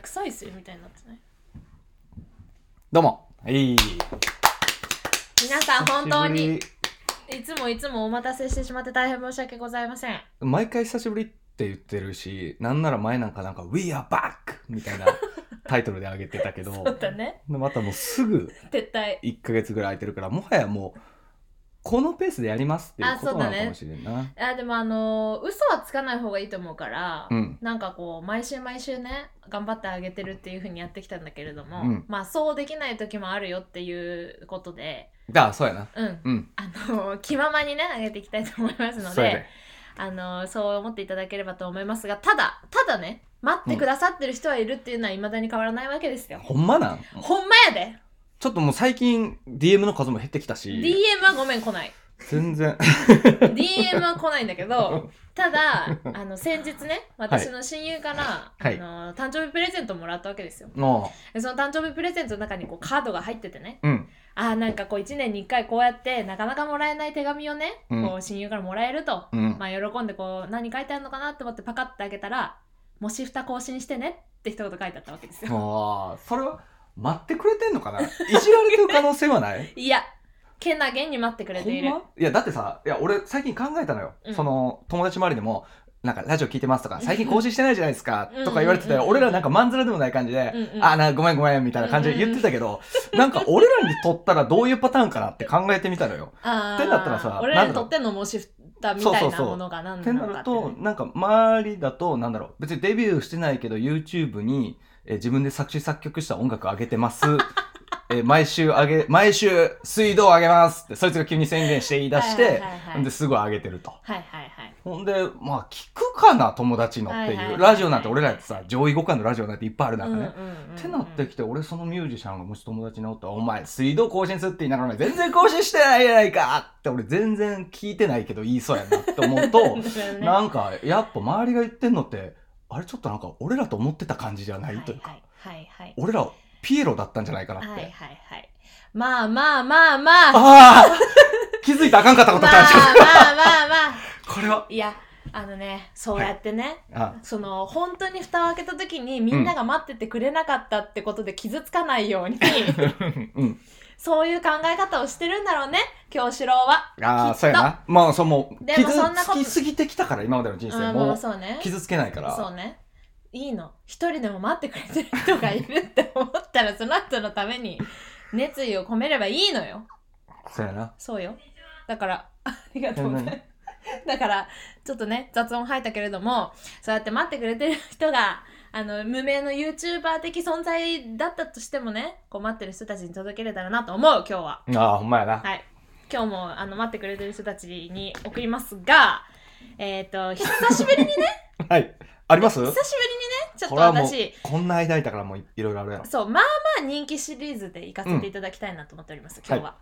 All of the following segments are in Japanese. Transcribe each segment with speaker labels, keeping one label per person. Speaker 1: 逆再生みたいになってない
Speaker 2: どうも。はい。
Speaker 1: 皆さん本当に
Speaker 2: 久し
Speaker 1: いつもいつもお待たせしてしまって大変申し訳ございません
Speaker 2: ぶり毎回久しぶりって言ってるし、なんなら前なんかなんか We are back! み たいなタイトルで上げてたけど、
Speaker 1: そうだね
Speaker 2: またもうすぐ
Speaker 1: 撤退
Speaker 2: 1ヶ月ぐらい空いてるから、もはやもうこのペースでやりますっていうことなのかもしれんな。
Speaker 1: あでもあのー嘘はつかない方がいいと思うから、
Speaker 2: うん。
Speaker 1: なんかこう毎週毎週ね頑張ってあげてるっていう風にやってきたんだけれども、
Speaker 2: うん
Speaker 1: まあそうできない時もあるよっていうことで
Speaker 2: だからそうやな。
Speaker 1: うん
Speaker 2: うん。
Speaker 1: あのー気ままにねあげていきたいと思いますの
Speaker 2: そうや
Speaker 1: で。あのそう思っていただければと思いますがただただね待ってくださってる人はいるっていうのはいまだに変わらないわけですよ、
Speaker 2: ほんまなん
Speaker 1: ほんまやで
Speaker 2: ちょっともう最近 DM の数も減ってきたし、
Speaker 1: DM はごめん来ない
Speaker 2: 全然。
Speaker 1: DM は来ないんだけ どただあの先日ね私の親友から、
Speaker 2: はい
Speaker 1: あの誕生日プレゼントもらったわけですよ
Speaker 2: も
Speaker 1: でその誕生日プレゼントの中にこうカードが入っててね
Speaker 2: う、うん。
Speaker 1: あーなんかこう1年に1回こうやってなかなかもらえない手紙をね、
Speaker 2: うん
Speaker 1: こう親友からもらえると、
Speaker 2: うん。
Speaker 1: まあ喜んでこう何書いてあるのかなと思ってパカッて開けたら「もし蓋更新してね」って一言書いてあったわけですよ。
Speaker 2: ああ、それは待ってくれてんのかないじられてる可能性はない
Speaker 1: いやけなげに待ってくれている。
Speaker 2: ほんまいやだってさいや俺最近考えたのよ、
Speaker 1: うん
Speaker 2: その友達周りでもなんかラジオ聞いてますとか最近更新してないじゃないですか
Speaker 1: うん
Speaker 2: とか言われてて、
Speaker 1: うん
Speaker 2: 俺らなんかまんざらでもない感じで、
Speaker 1: うんうん
Speaker 2: あなんかごめんごめんみたいな感じで言ってたけど、なんか俺らにとったらどういうパターンかなって考えてみたのよ。
Speaker 1: あ
Speaker 2: ってなったらさ
Speaker 1: ー俺らにとってのもし蓋みた
Speaker 2: そ
Speaker 1: いう
Speaker 2: そう
Speaker 1: な
Speaker 2: そう
Speaker 1: ものが何
Speaker 2: って
Speaker 1: な
Speaker 2: な
Speaker 1: のか
Speaker 2: る
Speaker 1: ってね、
Speaker 2: となんか周りだとなんだろう別にデビューしてないけど YouTube に、えー自分で作詞作曲した音楽上げ てます。えー毎週上げ毎週水道上げますってそいつが急に宣言して言い出して、
Speaker 1: はいはいはいはい
Speaker 2: ですぐ上げてると。
Speaker 1: はいはいはい。
Speaker 2: ほんで、まあ、聞くかな、友達のって
Speaker 1: はいはい
Speaker 2: い
Speaker 1: は
Speaker 2: う。
Speaker 1: い
Speaker 2: ラジオなんて俺らってさ、上位互換のラジオなんていっぱいある中ね。
Speaker 1: うんうんうんうん
Speaker 2: ってなってきて、俺そのミュージシャンがもし友達におったら、お前、水道更新するって言いながら、全然更新してないやないかって俺全然聞いてないけど言いそうやなって 思うと、
Speaker 1: ね
Speaker 2: なんか、やっぱ周りが言ってんのって、あれちょっとなんか俺らと思ってた感じじゃないというか、
Speaker 1: はいはい
Speaker 2: 俺らピエロだったんじゃないかなっ
Speaker 1: はい
Speaker 2: て。
Speaker 1: はいはいはいはいまあまあまあまあまあ
Speaker 2: ああ 気づいたらあかんかったこと
Speaker 1: ま
Speaker 2: かちょっ
Speaker 1: あまあまあ
Speaker 2: とこれは、
Speaker 1: いやあのねそうやってね、
Speaker 2: あ、
Speaker 1: その本当に蓋を開けた時にみんなが待っててくれなかったってことで傷つかないよう に、
Speaker 2: うん。
Speaker 1: そういう考え方をしてるんだろうね京志郎は。
Speaker 2: あ
Speaker 1: きっ
Speaker 2: あ、
Speaker 1: と
Speaker 2: そうやな。まあ、そう、もう、
Speaker 1: で
Speaker 2: 傷
Speaker 1: もそんな
Speaker 2: つ
Speaker 1: こと
Speaker 2: きすぎてきたから、今までの人
Speaker 1: う
Speaker 2: 生。
Speaker 1: んま
Speaker 2: も
Speaker 1: あ
Speaker 2: う、
Speaker 1: そうね
Speaker 2: 傷つけないから。
Speaker 1: そうねいいの一人でも待ってくれてる人がいるって思った らその人のために熱意を込めればいいのよ
Speaker 2: そうやな。
Speaker 1: そうよだからありがとうございます だからちょっとね雑音入ったけれどもそうやって待ってくれてる人があの無名の YouTuber 的存在だったとしてもねこう待ってる人たちに届けれたらなと思う今日は
Speaker 2: ああ、ほんまやな。
Speaker 1: はい今日もあの待ってくれてる人たちに送りますがえっ、と久しぶ りにね
Speaker 2: はい。あります
Speaker 1: 久しぶりにねちょっと
Speaker 2: これはもう
Speaker 1: 私、
Speaker 2: こんな間いたから、もういいろいろあるやろ。
Speaker 1: そうまあまあ人気シリーズで行かせていただきたいなと思っております、今日は、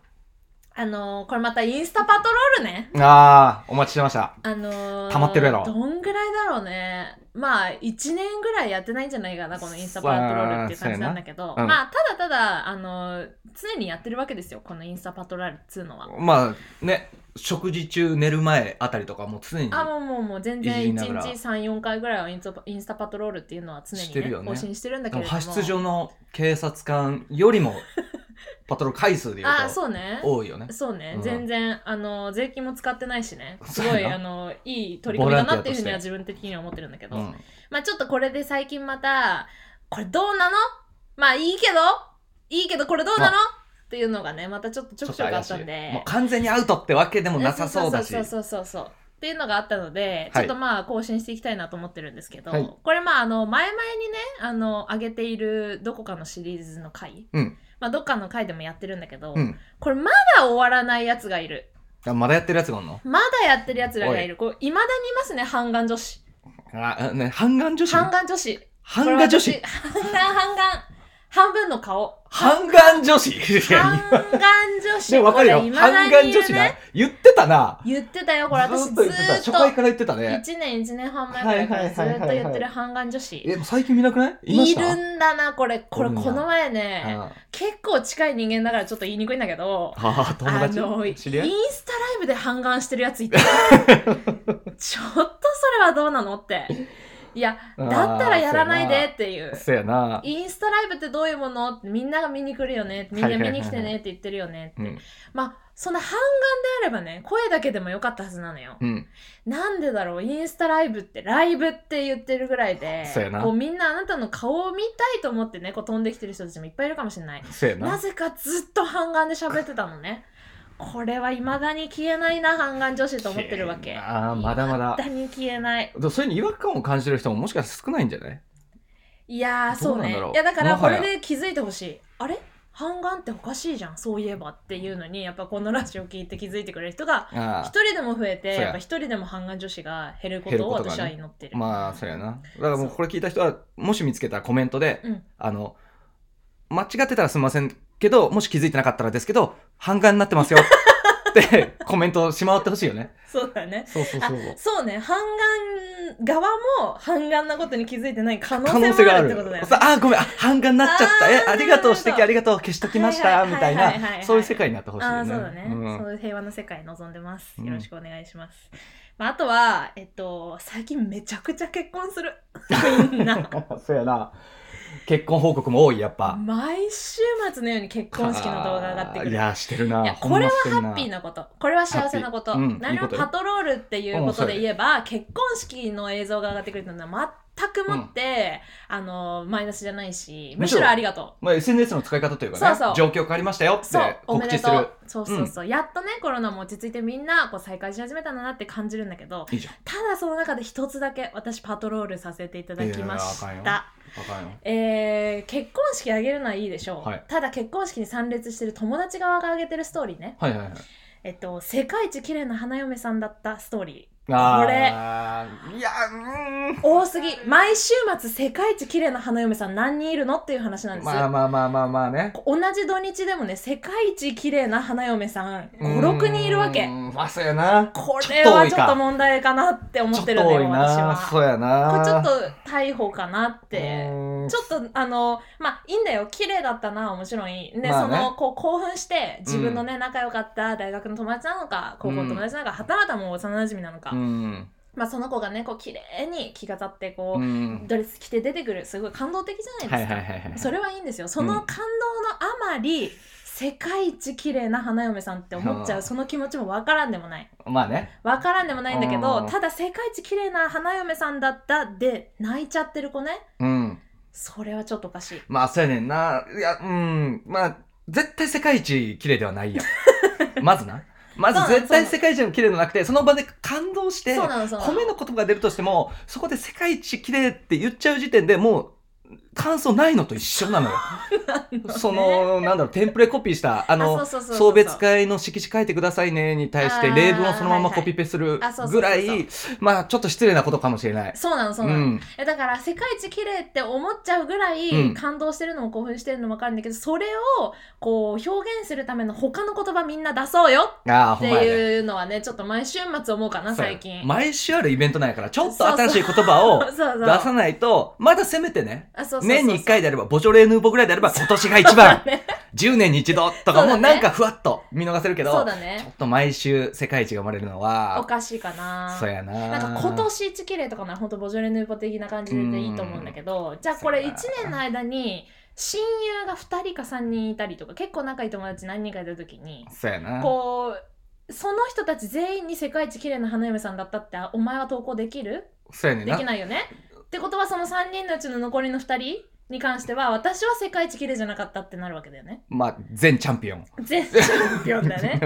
Speaker 1: あのーこれまたインスタパトロールね
Speaker 2: ああ、お待ちしてました。
Speaker 1: あのー、
Speaker 2: 溜まってるやろ
Speaker 1: どんぐらいだろうねまあ1年ぐらいやってないんじゃないかなこのインスタパトロールっていう感じなんだけど、
Speaker 2: そうやなうん
Speaker 1: まあただただあのー常にやってるわけですよこのインスタパトロールっつうのは。
Speaker 2: まあ、ね、食事中、寝る前あたりとか、もう常に。
Speaker 1: あもうもうもう全然
Speaker 2: いじ
Speaker 1: 1
Speaker 2: りながら
Speaker 1: 日34回ぐらいはインスタインスタパトロールっていうのは常
Speaker 2: し
Speaker 1: に、
Speaker 2: てる
Speaker 1: ね
Speaker 2: よね
Speaker 1: 更新してるんだけれども
Speaker 2: 派出所の警察官 よりも、パトロール回数で言
Speaker 1: あー
Speaker 2: うと、
Speaker 1: そうね
Speaker 2: 多いよね。
Speaker 1: そうね、
Speaker 2: うん
Speaker 1: 全然あの税金も使ってないしねす
Speaker 2: そ
Speaker 1: ご
Speaker 2: う
Speaker 1: い
Speaker 2: やな
Speaker 1: あのいい取り組みだなっていうふうには
Speaker 2: ボランティアとし
Speaker 1: 自分的には思ってるんだけど、
Speaker 2: うん。
Speaker 1: まあちょっとこれで最近またこれどうなのまあいいけどいいけどこれどうなのっていうのがねまたちょっとちょくちょくあったんで
Speaker 2: もう完全にアウトってわけでもなさそうだし。
Speaker 1: そうそうそうそうそうっていうのがあったので、
Speaker 2: はい
Speaker 1: ちょっとまあ更新していきたいなと思ってるんですけど、
Speaker 2: はい
Speaker 1: これまああの前々にねあの上げているどこかのシリーズの回、
Speaker 2: うん
Speaker 1: まあ、どっかの回でもやってるんだけど、
Speaker 2: うん。
Speaker 1: これまだ終わらないやつがいる
Speaker 2: あまだやってるやつがおんの
Speaker 1: まだやってるやつらがいるこういまだにいますね半眼女子
Speaker 2: あ、ね、半眼女子
Speaker 1: 半眼女子
Speaker 2: 半眼女子
Speaker 1: これ私半眼半眼半分の顔
Speaker 2: 半眼女子いや
Speaker 1: 半眼女子
Speaker 2: でも分かるよ
Speaker 1: これ。未だ
Speaker 2: 半
Speaker 1: に言う
Speaker 2: 眼女子な。言ってたな。
Speaker 1: 言ってたよこれ私
Speaker 2: ず
Speaker 1: ずー
Speaker 2: っと言ってた。
Speaker 1: っと
Speaker 2: 初回から言ってたね。
Speaker 1: 1年1年半前ぐらいからずーっと言ってる半眼女子
Speaker 2: え、最近見なくないいま
Speaker 1: い
Speaker 2: した
Speaker 1: るんだなこれこれ
Speaker 2: いるんだ
Speaker 1: この前ね
Speaker 2: あ
Speaker 1: 結構近い人間だからちょっと言いにくいんだけど
Speaker 2: あ、友
Speaker 1: あ
Speaker 2: 達
Speaker 1: のイン
Speaker 2: 知り合い
Speaker 1: スタライ ブで半眼してるやついたちょっとそれはどうなのっていや
Speaker 2: あー
Speaker 1: だったらやらないでっていう
Speaker 2: そやな
Speaker 1: インスタライブってどういうものみんなが見に来るよねみんな見に来てねって言ってるよねって、
Speaker 2: うん
Speaker 1: まあその半眼であればね声だけでもよかったはずなのよ、
Speaker 2: うん
Speaker 1: なんでだろうインスタライブってライブって言ってるぐらいで
Speaker 2: そうやな
Speaker 1: こうみんなあなたの顔を見たいと思ってねこう飛んできてる人たちもいっぱいいるかもしれない
Speaker 2: そや
Speaker 1: な
Speaker 2: な
Speaker 1: ぜかずっと半眼で喋ってたのねこれは未だに消えないな半眼女子と思ってるわけ
Speaker 2: あまだまだ
Speaker 1: 未だに消えない
Speaker 2: でもそれに違和感を感じる人ももしかしたら少ないんじゃない
Speaker 1: いやー
Speaker 2: ど
Speaker 1: そうう
Speaker 2: なん
Speaker 1: ね
Speaker 2: だろう
Speaker 1: いやだから
Speaker 2: も
Speaker 1: こ
Speaker 2: はや
Speaker 1: れで気づいてほしいあれ半眼っておかしいじゃんそういえばっていうのにやっぱこのラジオ聞いて気づいてくれる人が一
Speaker 2: あ
Speaker 1: 人でも増えて
Speaker 2: そうや
Speaker 1: やっぱ一人でも半眼女子が減ることを
Speaker 2: 減ることがね
Speaker 1: 私は祈って
Speaker 2: あ
Speaker 1: る
Speaker 2: まあそうやなだからもう
Speaker 1: そう
Speaker 2: これ聞いた人はもし見つけたらコメントで、
Speaker 1: うん
Speaker 2: あの間違ってたらすみませんけどもし気づいてなかったらですけど半眼になっ てますよってコメントをしまわってほしいよね
Speaker 1: そうだね
Speaker 2: そうそう
Speaker 1: あ
Speaker 2: そう
Speaker 1: そうね半眼側も半眼なことに気づいてない可能
Speaker 2: 可能
Speaker 1: 性
Speaker 2: 性
Speaker 1: も
Speaker 2: が
Speaker 1: あ
Speaker 2: あ
Speaker 1: るっ
Speaker 2: る
Speaker 1: てことだよね
Speaker 2: さあごめんあ半眼になっちゃっ
Speaker 1: あ
Speaker 2: た
Speaker 1: ー
Speaker 2: えありがとう
Speaker 1: なるほど
Speaker 2: 指摘ありがとう消しときました
Speaker 1: はい
Speaker 2: み
Speaker 1: は
Speaker 2: た
Speaker 1: い
Speaker 2: い
Speaker 1: はいはいはい
Speaker 2: なそういう世界になってほしい
Speaker 1: あ
Speaker 2: よ
Speaker 1: あ
Speaker 2: ね
Speaker 1: そうだね、
Speaker 2: うん
Speaker 1: そういう平和な世界望んでます
Speaker 2: うん
Speaker 1: よろしくお願いします、まあ、あとはえっと最近めちゃくちゃ結婚 するみんな
Speaker 2: そうやな結婚報告も多いやっぱ
Speaker 1: 毎週末のように結婚式の動画上がってくる
Speaker 2: い
Speaker 1: いや
Speaker 2: やしてるない
Speaker 1: これは
Speaker 2: ハ
Speaker 1: ハッピーなことこれは幸せなこと、
Speaker 2: ハッピーうん
Speaker 1: 何
Speaker 2: いいこ
Speaker 1: も
Speaker 2: とよ
Speaker 1: パトロールっていうことで言えば結婚式の映像が上がってくるっていうのは全くもって、あのマイナスじゃないしむし
Speaker 2: むし
Speaker 1: ろ
Speaker 2: ろ
Speaker 1: ありがとう
Speaker 2: まあ SNS の使い方というかね
Speaker 1: そうそう
Speaker 2: 状況変わりましたよっ
Speaker 1: そう
Speaker 2: て、
Speaker 1: おめ
Speaker 2: 告
Speaker 1: で
Speaker 2: 知す
Speaker 1: と
Speaker 2: る
Speaker 1: う。そうそうそう、やっとね、コロナも落ち着いてみんなこう再開し始めたんだなって感じるんだけど、
Speaker 2: いいじゃん
Speaker 1: ただその中で一つだけ私パトロールさせていただきまし
Speaker 2: いやいやあかんよ
Speaker 1: た。
Speaker 2: あかんよ
Speaker 1: えー結婚式あげるのはいいでしょう、
Speaker 2: はい
Speaker 1: ただ結婚式に参列してる友達側があげてるストーリーね、
Speaker 2: はいはいはい
Speaker 1: えっと、世界一綺麗な花嫁さんだったストーリー
Speaker 2: あーいやうーん
Speaker 1: 多すぎ毎週末世界一綺麗な花嫁さん何人いるのっていう話なんですよ、
Speaker 2: まあまあまあまあまあね
Speaker 1: 同じ土日でもね世界一綺麗な花嫁さん56人いるわけ
Speaker 2: うーんまあそうやな
Speaker 1: これは
Speaker 2: ち
Speaker 1: ち
Speaker 2: ょっと多い
Speaker 1: ょ
Speaker 2: か
Speaker 1: っと問題かなって思
Speaker 2: ちょ
Speaker 1: っ
Speaker 2: って
Speaker 1: るん
Speaker 2: と
Speaker 1: だ
Speaker 2: 多
Speaker 1: よ
Speaker 2: い
Speaker 1: 私
Speaker 2: な
Speaker 1: は。
Speaker 2: そうや
Speaker 1: こ
Speaker 2: な
Speaker 1: れちょっと逮捕かなって。
Speaker 2: うーん
Speaker 1: ちょっとあのまあいいんだよ綺麗だったなはもちろんいいで、
Speaker 2: まあね
Speaker 1: そのこう興奮して自分のね仲良かった大学の友達なのか高校の友達なのか、はたまたもう幼馴染なのか、
Speaker 2: うん
Speaker 1: まあその子がねこう綺麗に着飾ってこ
Speaker 2: う
Speaker 1: う、
Speaker 2: ん
Speaker 1: ドレス着て出てくるすごい感動的じゃな
Speaker 2: はい
Speaker 1: です
Speaker 2: い
Speaker 1: か、
Speaker 2: はいはいはい
Speaker 1: それはいいんですよその感動のあまり、世界一綺麗な花嫁さんって思っちゃ
Speaker 2: う
Speaker 1: うんその気持ちもわからんでもない
Speaker 2: まあね
Speaker 1: わからんでもないんだけ
Speaker 2: う
Speaker 1: ど
Speaker 2: ん
Speaker 1: ただ世界一綺麗な花嫁さんだったで泣いちゃってる子ね
Speaker 2: うん
Speaker 1: それはちょっとおかしい
Speaker 2: まあそうやねんないやうんまあ絶対世界一綺麗ではないや んまずなま
Speaker 1: そうな
Speaker 2: ず
Speaker 1: の
Speaker 2: 絶対世界一の綺麗ではなくてその場で感動して
Speaker 1: そうなのそうな
Speaker 2: 米
Speaker 1: の
Speaker 2: の言葉が出るとしてもそこで世界一綺麗って言っちゃう時点でもう感想ないのと一緒なのよ そのなんだろうテンプレコピーしたあ
Speaker 1: あ
Speaker 2: の
Speaker 1: そうそうそうそう
Speaker 2: 送別会の色紙書いてくださいねに対して
Speaker 1: あー
Speaker 2: 例文をそのままコピペする
Speaker 1: いはいあそうそうそ
Speaker 2: ぐ
Speaker 1: うそう
Speaker 2: らいまあちょっと失礼なことかもしれない。
Speaker 1: そうなのそう
Speaker 2: う
Speaker 1: なの、
Speaker 2: ん、
Speaker 1: えだから世界一綺麗って思っちゃうぐら
Speaker 2: うん
Speaker 1: い感動してるのも興奮してるのもわかるんだけど、それをこう表現するための他の言葉みんな出そうよ
Speaker 2: ああ
Speaker 1: っ
Speaker 2: ほ
Speaker 1: て
Speaker 2: んまやね
Speaker 1: いうのはねちょっと毎週末思うかな
Speaker 2: そうや
Speaker 1: 最近
Speaker 2: 毎週あるイベントなんやからちょっと新しい言葉を
Speaker 1: そうそう
Speaker 2: 出さないとまだせめてね
Speaker 1: あそうそうそう
Speaker 2: 年に1回であればボジョレ・ヌーボーぐらいであれば今年 が一番10年に一度とかも
Speaker 1: そうだ
Speaker 2: う
Speaker 1: ね
Speaker 2: なんかふわっと見逃せるけど
Speaker 1: そうだ
Speaker 2: ちょ
Speaker 1: ね
Speaker 2: っと毎週世界一が生まれるの
Speaker 1: お
Speaker 2: は
Speaker 1: かしいかな
Speaker 2: そうやな
Speaker 1: なんか今年一綺麗とかなら本当ボジョレ・ヌーボー的な感じでいいと思うんだけどじゃあこれ1年の間に親友が2人か3人いたりとか結構仲いい友達何人かいた時に
Speaker 2: そうやな
Speaker 1: こうその人たち全員に世界一綺麗な花嫁さんだったってあお前は投稿できる
Speaker 2: そうやねん
Speaker 1: で
Speaker 2: な
Speaker 1: きないよねってことはその3人のうちの残りの2人に関しては私は世界一綺麗じゃなかったってなるわけだよね。
Speaker 2: まあ全チャンピオン
Speaker 1: 全チャンピオンだ ね。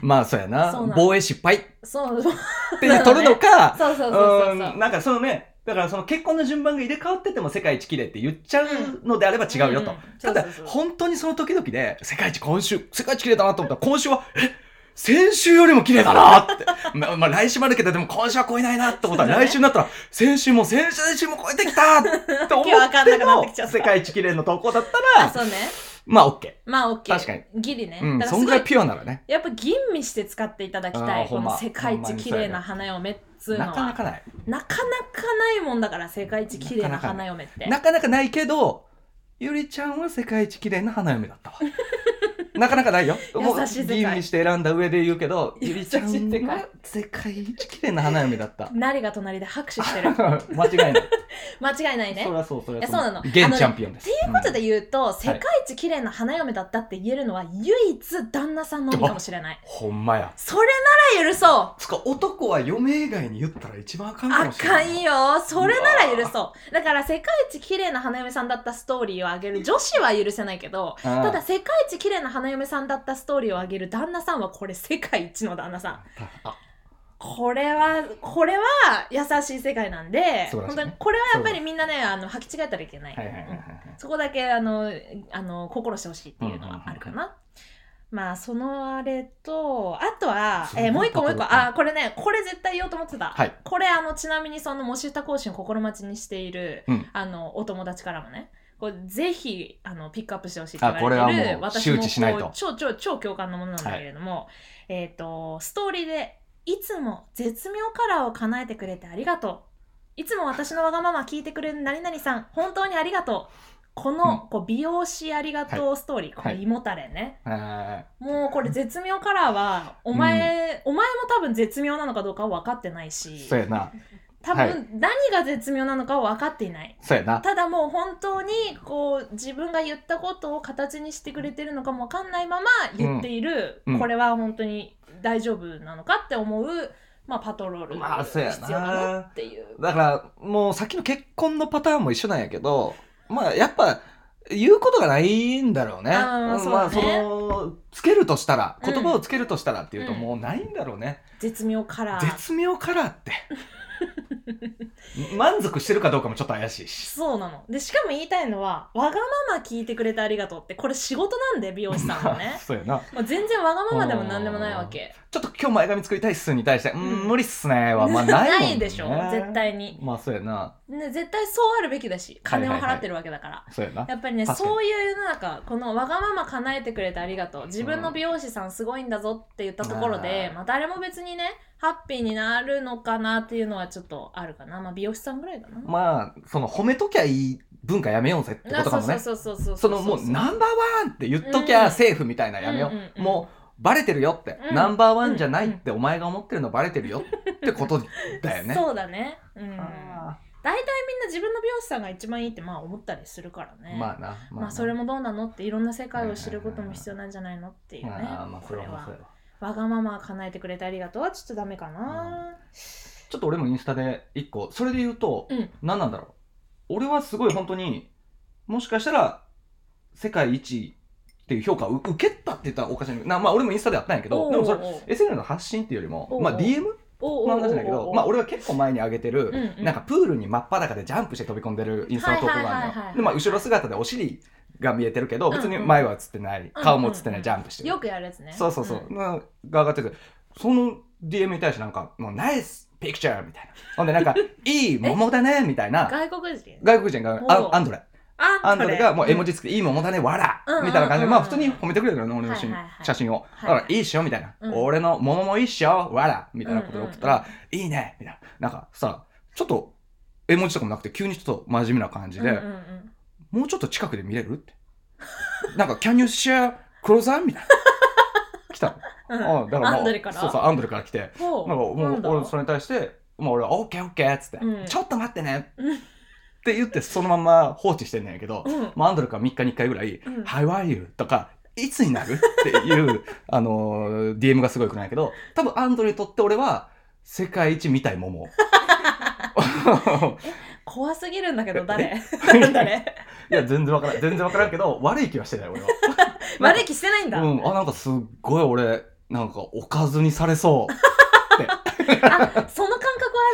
Speaker 2: まあそうやな
Speaker 1: そうなの
Speaker 2: 防衛失敗っ
Speaker 1: そうそう
Speaker 2: て取るのか
Speaker 1: そうそうそううそう
Speaker 2: ーんなんかそのねだからその結婚の順番が入れ替わってても世界一綺麗って言っちゃうのであれば違うよと、
Speaker 1: うんうん
Speaker 2: ただ
Speaker 1: そうそうそう
Speaker 2: 本当にその時々で世界一今週世界一綺麗だなと思ったら今週はえ先週よりも綺麗だなって。 まあ、まあ、来週もあるけど、でも今週は超えないなってこと
Speaker 1: そ
Speaker 2: は、
Speaker 1: うだね
Speaker 2: 来週になったら、先週も先々週も超えてきたって思
Speaker 1: 今
Speaker 2: っ
Speaker 1: 日わかんなく
Speaker 2: て
Speaker 1: なって
Speaker 2: も
Speaker 1: きちゃった
Speaker 2: 世界一綺麗の投稿だった
Speaker 1: あ
Speaker 2: ら、
Speaker 1: そうね。
Speaker 2: まあ、オッケ
Speaker 1: まあ OK。
Speaker 2: 確かに。
Speaker 1: ギリね。
Speaker 2: ー。うん、
Speaker 1: だか
Speaker 2: そ
Speaker 1: ら
Speaker 2: ん
Speaker 1: すご
Speaker 2: ぐら
Speaker 1: い
Speaker 2: いピュアならね。
Speaker 1: やっぱ吟味して使っていただきた
Speaker 2: あー
Speaker 1: い
Speaker 2: ほ
Speaker 1: こ
Speaker 2: んま
Speaker 1: の世界一綺麗な花嫁っつうの
Speaker 2: な
Speaker 1: は
Speaker 2: かなかない。
Speaker 1: なかなかないもんだから世界一綺麗な花嫁って
Speaker 2: なかなかないけど、ゆりちゃんは世界一綺麗な花嫁 だったわ。なかなかないよ。もう
Speaker 1: 優しい世界
Speaker 2: 吟味して選んだ上で言うけど、ゆりちゃん
Speaker 1: 優しい世界
Speaker 2: は世界一綺麗な花嫁だった。
Speaker 1: ナリが隣で拍手してる
Speaker 2: 間違いない。
Speaker 1: 間違いないね
Speaker 2: そりゃそう、そりゃ
Speaker 1: いやそうなの
Speaker 2: 現
Speaker 1: あのね
Speaker 2: チャンピオンです。
Speaker 1: ということで言うと、世界一綺麗な花嫁だったって言えるのは唯一旦那さんのみかもしれ ない
Speaker 2: ほんまや。
Speaker 1: それなら許そう
Speaker 2: つか、男は嫁以外に言ったら一番あかんか
Speaker 1: あ
Speaker 2: もしれな
Speaker 1: か
Speaker 2: い。
Speaker 1: んよそれなら許そうだから世界一綺麗な花嫁さんだったストーリーをあげる女子は許せないけど
Speaker 2: あー
Speaker 1: ただ世界一綺麗な花嫁さんだったストーリーをあげる旦那さんはこれ世界一の旦那さん
Speaker 2: あ
Speaker 1: これはこれは優しい世界なんで、
Speaker 2: 素晴
Speaker 1: 本
Speaker 2: らしいね
Speaker 1: 当にこれはやっぱりみんなねあの履き違えたらいけない,、
Speaker 2: はいはいはいはいはい。
Speaker 1: そこだけあのあの心してほしいっていうのはあるかな、まあそのあれとあとは、えーもう一個もう一個あこれねこれ絶対言おうと思ってた、
Speaker 2: はい
Speaker 1: これあのちなみにその模試歌講師を心待ちにしている、
Speaker 2: うん
Speaker 1: あのお友達からもねこれぜひあのピックアップしてほしいって
Speaker 2: あ
Speaker 1: 言われてる
Speaker 2: これはもう周知しないと
Speaker 1: こう超超超共感のものなんだけれども、えっ、とストーリーで「いつも絶妙カラーを叶えてくれてありがとう」「いつも私のわがまま聞いてくれる何々さん本当にありがとう」この、こう美容師ありがとうストーリー、こ
Speaker 2: は
Speaker 1: れ
Speaker 2: い
Speaker 1: 胃もたれね、
Speaker 2: あ
Speaker 1: もうこれ絶妙カラーはお前、お前も多分絶妙なのかどうかは分かってない
Speaker 2: ー
Speaker 1: し
Speaker 2: そうやな。
Speaker 1: 多
Speaker 2: はい
Speaker 1: 分何が絶妙なのかは分かっていない
Speaker 2: そうやな。
Speaker 1: ただもう本当にこう自分が言ったことを形にしてくれてるのかもわかんないまま言っている、
Speaker 2: うんうん
Speaker 1: これは本当に大丈夫なのかって思う、まあ、パトロール
Speaker 2: まあ
Speaker 1: が必
Speaker 2: そうや
Speaker 1: 要
Speaker 2: な
Speaker 1: だなっていう。
Speaker 2: だから、もうさっきの結婚のパターンも一緒なんやけど、まあ、やっぱ、言うことがないんだろうね。
Speaker 1: あー
Speaker 2: うん
Speaker 1: そう
Speaker 2: ま
Speaker 1: だ
Speaker 2: あ、
Speaker 1: ね
Speaker 2: その、つけるとしたら、
Speaker 1: うん
Speaker 2: 言葉をつけるとしたらっていうと、
Speaker 1: うん
Speaker 2: もうないんだろうね。
Speaker 1: 絶妙カラー
Speaker 2: 絶妙カラ ーって。満足してるかどうかもちょっと怪しいし。
Speaker 1: そうなのでしかも言いたいのは「わがまま聞いてくれてありがとう」ってこれ仕事なんで美容師さんはね
Speaker 2: そうやな。
Speaker 1: もう全然わがままでも何でもないわけ
Speaker 2: ちょっと今日前髪作りたいっすに対して、う、
Speaker 1: うんん
Speaker 2: 無理っすねは、まあないもん、ね。
Speaker 1: ないでしょ絶。対に、
Speaker 2: まあそうやな。
Speaker 1: ね、絶対そうあるべきだし金を
Speaker 2: はいはいはい
Speaker 1: 払ってるわけだから、
Speaker 2: そうやな。
Speaker 1: やっぱりね
Speaker 2: 確かに
Speaker 1: そういう世の中このわがまま叶えてくれてありがとう自分の美容師さんすごいんだぞって言ったところで、
Speaker 2: うん
Speaker 1: まあ、誰も別にねハッピーになるのかなっていうのはちょっとあるかな、まあ、美容師さんぐらいかな、
Speaker 2: まあ、その褒めときゃいい文化やめようぜってことかもね。
Speaker 1: そうそうそうそう
Speaker 2: そうのもうナ
Speaker 1: ん
Speaker 2: ンバーワンって言っときゃ
Speaker 1: うん
Speaker 2: セーフみたいなやめよ
Speaker 1: うんうん
Speaker 2: う。
Speaker 1: うん
Speaker 2: もうバレてるよって、
Speaker 1: うん
Speaker 2: ナンバーワンじゃないってお前が思ってるのバレてるよってことだよね。
Speaker 1: そうだねうん大体みん
Speaker 2: あ
Speaker 1: な自分の美容師さんが一番いいってまあ思ったりするから
Speaker 2: ー
Speaker 1: ね
Speaker 2: まあな。
Speaker 1: まあそれ
Speaker 2: も
Speaker 1: もどうなのっていろんな世界を知ることも必要なんじゃないのっていうね、
Speaker 2: まあまあ
Speaker 1: こ
Speaker 2: それ
Speaker 1: れ
Speaker 2: はそう
Speaker 1: は
Speaker 2: やわ
Speaker 1: わがまま叶えてくれてありがとうはちょっとダメかな、
Speaker 2: ちょっと俺もインスタで一個、それで言うと、
Speaker 1: うん
Speaker 2: 何なんだろう。俺はすごい本当に、もしかしたら、世界一っていう評価を受けたって言ったらおかしいんだけどな、まあ俺もインスタでやったんやけど、
Speaker 1: お
Speaker 2: でもそれ、
Speaker 1: お
Speaker 2: SNS の発信っていうよりも
Speaker 1: お、う
Speaker 2: まあ DM
Speaker 1: おうおうおうおう
Speaker 2: の話なんだけど、まあ俺は結構前に上げてる、
Speaker 1: うんうん
Speaker 2: なんかプールに真っ裸でジャンプして飛び込んでるインスタの投稿があ
Speaker 1: はいはいはい
Speaker 2: る
Speaker 1: はい
Speaker 2: のよ。で、まあ後ろ姿でお尻が見えてるけど、別に前は映ってない、
Speaker 1: うん
Speaker 2: 顔も映ってない、ジャンプしてる。
Speaker 1: よくやるやつね
Speaker 2: そうそうそう、なが上がっててその DM に対してなんか「もうナイスピクチャー!」みたいなほんでなん か「いい桃だね」みたいな
Speaker 1: 外国人
Speaker 2: 外国人が
Speaker 1: おう
Speaker 2: あアンドレ
Speaker 1: あ
Speaker 2: アンドレがもう絵文
Speaker 1: 字
Speaker 2: 字つけて「いい桃だねわら
Speaker 1: うんうんうんう」ん
Speaker 2: みたいな感じでまあ普通に褒めてくれてるの俺の写
Speaker 1: はいはいはい
Speaker 2: 写真
Speaker 1: は
Speaker 2: をだ
Speaker 1: い
Speaker 2: か
Speaker 1: はい
Speaker 2: ら「いいっしょ」みたいな
Speaker 1: う
Speaker 2: 「
Speaker 1: ん
Speaker 2: 俺の桃もいいっしょわら」みたいなことで送ったら「いいね」みたいななんかさちょっと絵文字とかもなくて急にちょっと真面目な感じでもうちょっと近くで見れるって。なんか、can you share クローザーみたいな。来たの。うん、だからまあ
Speaker 1: アンドレから
Speaker 2: そうそう、アンドレから来て。
Speaker 1: ほう
Speaker 2: なんか、も
Speaker 1: な
Speaker 2: うん
Speaker 1: だ
Speaker 2: 俺それに対して、まあ俺は OK、OK っつって、
Speaker 1: うん
Speaker 2: ちょっと待ってね
Speaker 1: うん
Speaker 2: って言って、そのまま放置してんねんけど、
Speaker 1: うん
Speaker 2: まあアンドレから3日に1回ぐらい、
Speaker 1: うん
Speaker 2: How are you? とか、いつになるって いう、あのー、DM がすごいくないけど、多分アンドレにとって俺は、世界一見た い桃。
Speaker 1: 怖すぎるんだけど
Speaker 2: え
Speaker 1: 誰 誰
Speaker 2: いや、全然わからん。全然わからんけど、悪い気はしてない、俺は。
Speaker 1: 悪い気してないんだ
Speaker 2: うん、あ、なんかすっごい俺、なんかおかずにされそ
Speaker 1: あその感覚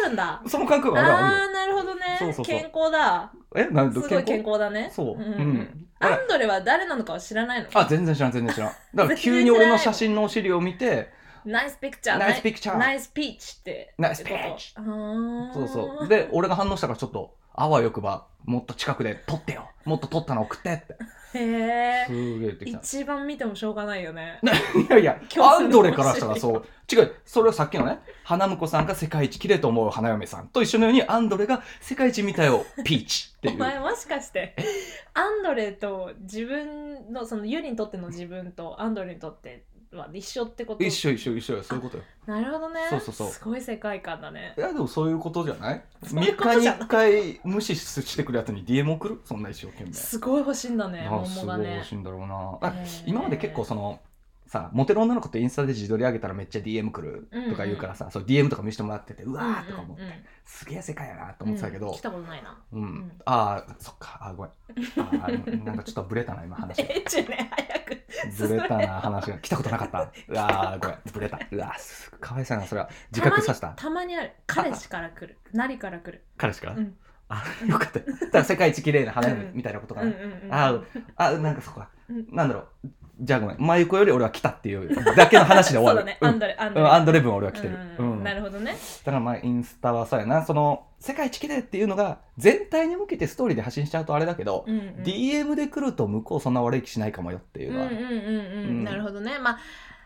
Speaker 1: あるんだ
Speaker 2: う。その感覚が俺は
Speaker 1: あ
Speaker 2: あ
Speaker 1: ーなるほど
Speaker 2: そう
Speaker 1: ね
Speaker 2: そうそう
Speaker 1: 健康だ
Speaker 2: るよ。え、なん
Speaker 1: す
Speaker 2: で
Speaker 1: ごい健康だね
Speaker 2: そう。うんん。
Speaker 1: ん
Speaker 2: だ
Speaker 1: ア
Speaker 2: から
Speaker 1: ンドレは誰なのかは知らないの
Speaker 2: あ、全然知らん、全然知らん。だから急に俺の写真のお尻を見て、
Speaker 1: ナイスピクチャー
Speaker 2: ナイスピクチャー
Speaker 1: ナイスピーチって
Speaker 2: ナイスピー
Speaker 1: っ
Speaker 2: チ
Speaker 1: てことあー
Speaker 2: そうそう。で、俺が反応したからちょっと、あわよくば、もっと近くで撮ってよ。もっと撮ったの送ってって。
Speaker 1: へえ
Speaker 2: すげえ言ってき た。
Speaker 1: 一番見てもしょうがないよね
Speaker 2: いやいや、
Speaker 1: 今日
Speaker 2: ア
Speaker 1: する
Speaker 2: ンドレからしたらそう。違う、それはさっきのね、花婿さんが世界一綺麗と思う花嫁さんと一緒のように、アンドレが世界一見たよ、ピーチって
Speaker 1: お
Speaker 2: いう。
Speaker 1: 前もしかしてアンドレと自分のそのユリにとっての自分とアンドレにとっては一緒ってこと
Speaker 2: 一緒一緒一緒よそういうことよ
Speaker 1: なるほどね
Speaker 2: そうそうそう
Speaker 1: すごい世界観だね
Speaker 2: いやでもそういうことじゃない
Speaker 1: そういう
Speaker 2: ?3
Speaker 1: こと
Speaker 2: 日
Speaker 1: じ
Speaker 2: に
Speaker 1: ゃない
Speaker 2: 1回無視してくるやつに DM 送るそんな一生懸命
Speaker 1: すごい欲しいんだね
Speaker 2: あ
Speaker 1: 桃
Speaker 2: すご
Speaker 1: が
Speaker 2: い欲
Speaker 1: ね
Speaker 2: しいんだろうなあ
Speaker 1: へー
Speaker 2: 今まで結構そのさモテる女の子ってインスタで自撮り上げたらめっちゃ DM 来るとか言うからさ、そう DM とか見せてもらっててうわーとか思って、
Speaker 1: うんうん
Speaker 2: すげえ世界やなと
Speaker 1: うん
Speaker 2: 思ってたけ
Speaker 1: うん
Speaker 2: ど
Speaker 1: 来、たことないな
Speaker 2: うん
Speaker 1: ん
Speaker 2: ああそっかあーごめんあーなんかちょっとブレたな今 話
Speaker 1: えちゅね早く
Speaker 2: ブレたな話が来たことなかったうわーごめんブレたうわーすかわいそうやなそれは自覚させた
Speaker 1: たまにある彼氏から来るなりから来る
Speaker 2: 彼氏か
Speaker 1: う
Speaker 2: ら、
Speaker 1: ん
Speaker 2: あよかっただから世界一綺麗な花嫁みたいなことかな、
Speaker 1: うんうんうん
Speaker 2: あーあなんかそこか、
Speaker 1: うん
Speaker 2: なんだろうじゃあごめん真由子より俺は来たっていうだけの話で終 わ
Speaker 1: そ
Speaker 2: る
Speaker 1: うだね
Speaker 2: うん
Speaker 1: アンドレアンド
Speaker 2: うん
Speaker 1: レ
Speaker 2: アンドレブン俺は来てる、
Speaker 1: う
Speaker 2: うん
Speaker 1: んな
Speaker 2: だか
Speaker 1: るほどね
Speaker 2: らまあインスタはそうやなその世界一綺麗っていうのが全体に向けてストーリーで発信しちゃうとあれだけど、
Speaker 1: うんうん
Speaker 2: DM で来ると向こうそんな悪い気しないかもよっていううんの
Speaker 1: うん
Speaker 2: は、
Speaker 1: うんう
Speaker 2: うんん
Speaker 1: なるほどねまあ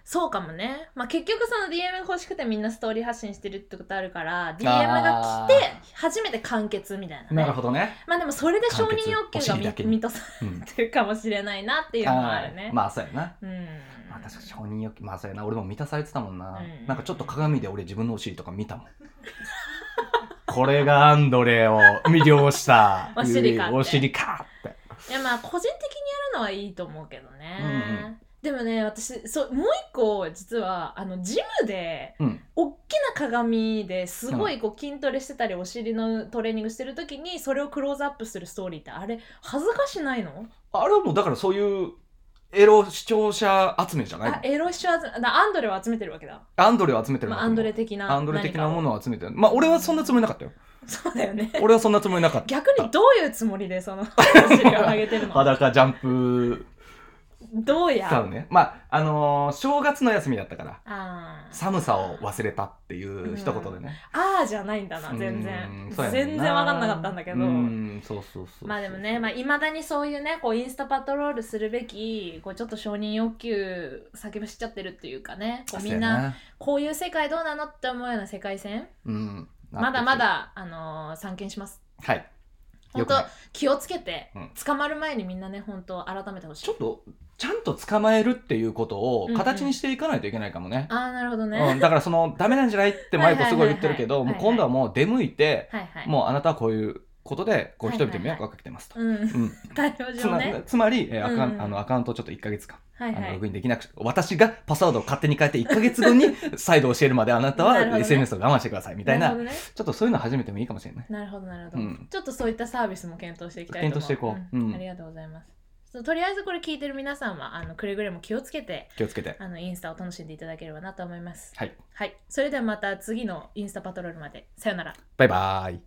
Speaker 1: そうかもね、まあ、結局その DM が欲しくてみんなストーリー発信してるってことあるから DM が来て初めて完結みたいな、ね、
Speaker 2: なるほどね、
Speaker 1: まあでもそれで承認欲求が
Speaker 2: 完結お尻だけに
Speaker 1: み満たさ
Speaker 2: うん、
Speaker 1: れてるかもしれないなっていうのもあるね
Speaker 2: ーまあそうやな
Speaker 1: うん
Speaker 2: まあ確かに承認欲求まあそうやな俺も満たされてたもんな、
Speaker 1: うん
Speaker 2: なんかちょっと鏡で俺自分のお尻とか見たもん これがアンドレを魅了した
Speaker 1: お尻かって
Speaker 2: お尻かって
Speaker 1: いやまあ個人的にやるのはいいと思うけどね、
Speaker 2: うんう
Speaker 1: でもね私そうもう一個実はあのジムで
Speaker 2: うん
Speaker 1: 大きな鏡ですごいこう筋トレしてたりお尻のトレーニングしてる時にそれをクローズアップするストーリーってあれ恥ずかしないの
Speaker 2: あれはもうだからそういうエロ視聴者集めじゃないの
Speaker 1: あエロシュアズだアンドレを集めてるわけだ、
Speaker 2: アンドレを集めてるん
Speaker 1: ま
Speaker 2: だ
Speaker 1: あ、ア
Speaker 2: と思う
Speaker 1: ンドレ的な
Speaker 2: アンドレ的なも
Speaker 1: 何か
Speaker 2: のを集めてるまあ俺はそんなつもりなかったよ
Speaker 1: をそうだよね
Speaker 2: 俺はそんなつもりなかった
Speaker 1: 逆にどういうつもりで そのお尻を上げてるの
Speaker 2: 裸ジャンプ
Speaker 1: どうや
Speaker 2: 使うねまああのー正月の休みだったから
Speaker 1: あー
Speaker 2: 寒さを忘れたっていう一言でね、
Speaker 1: あーじゃないんだな全
Speaker 2: う
Speaker 1: 然
Speaker 2: んそうやね
Speaker 1: 全然分かんなかったんだけど
Speaker 2: うんそうそうそうそう
Speaker 1: まあでもねまあいまだにそういうねこうインスタパトロールするべきこうちょっと承認欲求叫ばしちゃってるっていうかねこうみんなこういう世界どうなのって思うような世界線
Speaker 2: そうやなうん
Speaker 1: まだまだあのー散見します
Speaker 2: はい
Speaker 1: 本
Speaker 2: よく
Speaker 1: 当
Speaker 2: ない
Speaker 1: 気をつけて、
Speaker 2: うん
Speaker 1: 捕まる前にみんなね本当改めてほしい
Speaker 2: ちょっとちゃんと捕まえるっていうことを
Speaker 1: うんうん
Speaker 2: 形にしていかないといけないかもね、
Speaker 1: ああなるほどね、
Speaker 2: うん、だからそのダメなんじゃないってマイコすごい言ってるけど
Speaker 1: はいはいはい
Speaker 2: もう
Speaker 1: はい
Speaker 2: 今度はもう出向いて、
Speaker 1: はいはい
Speaker 2: もうあなたはこういうことでこう
Speaker 1: はい
Speaker 2: 人
Speaker 1: はいはい
Speaker 2: 々に迷惑をかけてますと、
Speaker 1: うん
Speaker 2: うん
Speaker 1: 対応
Speaker 2: つ
Speaker 1: 上
Speaker 2: ま
Speaker 1: ね
Speaker 2: つまり、えーアカウン
Speaker 1: うんうん
Speaker 2: あのアカウントをちょっと1か月間、
Speaker 1: はい
Speaker 2: あ
Speaker 1: は
Speaker 2: のロ
Speaker 1: い
Speaker 2: グインできなく私がパスワードを勝手に変えて1か月後に再度教えるまであなた
Speaker 1: なるほど
Speaker 2: は
Speaker 1: ね
Speaker 2: SNS を我慢してくださいみたいな
Speaker 1: るほどね
Speaker 2: ちょっとそういうの始めてもいいかもしれない。
Speaker 1: なるほどなるほど、
Speaker 2: うん
Speaker 1: ちょっとそういったサービスも検討していきたいと思う
Speaker 2: 検討していこううん
Speaker 1: ありがとうございますそうとりあえずこれ聞いてる皆さんはあのくれぐれも気をつけて
Speaker 2: 気をつけて。
Speaker 1: あのインスタを楽しんでいただければなと思います
Speaker 2: はい。
Speaker 1: はいそれではまた次のインスタパトロールまでさよなら
Speaker 2: バイバーイ。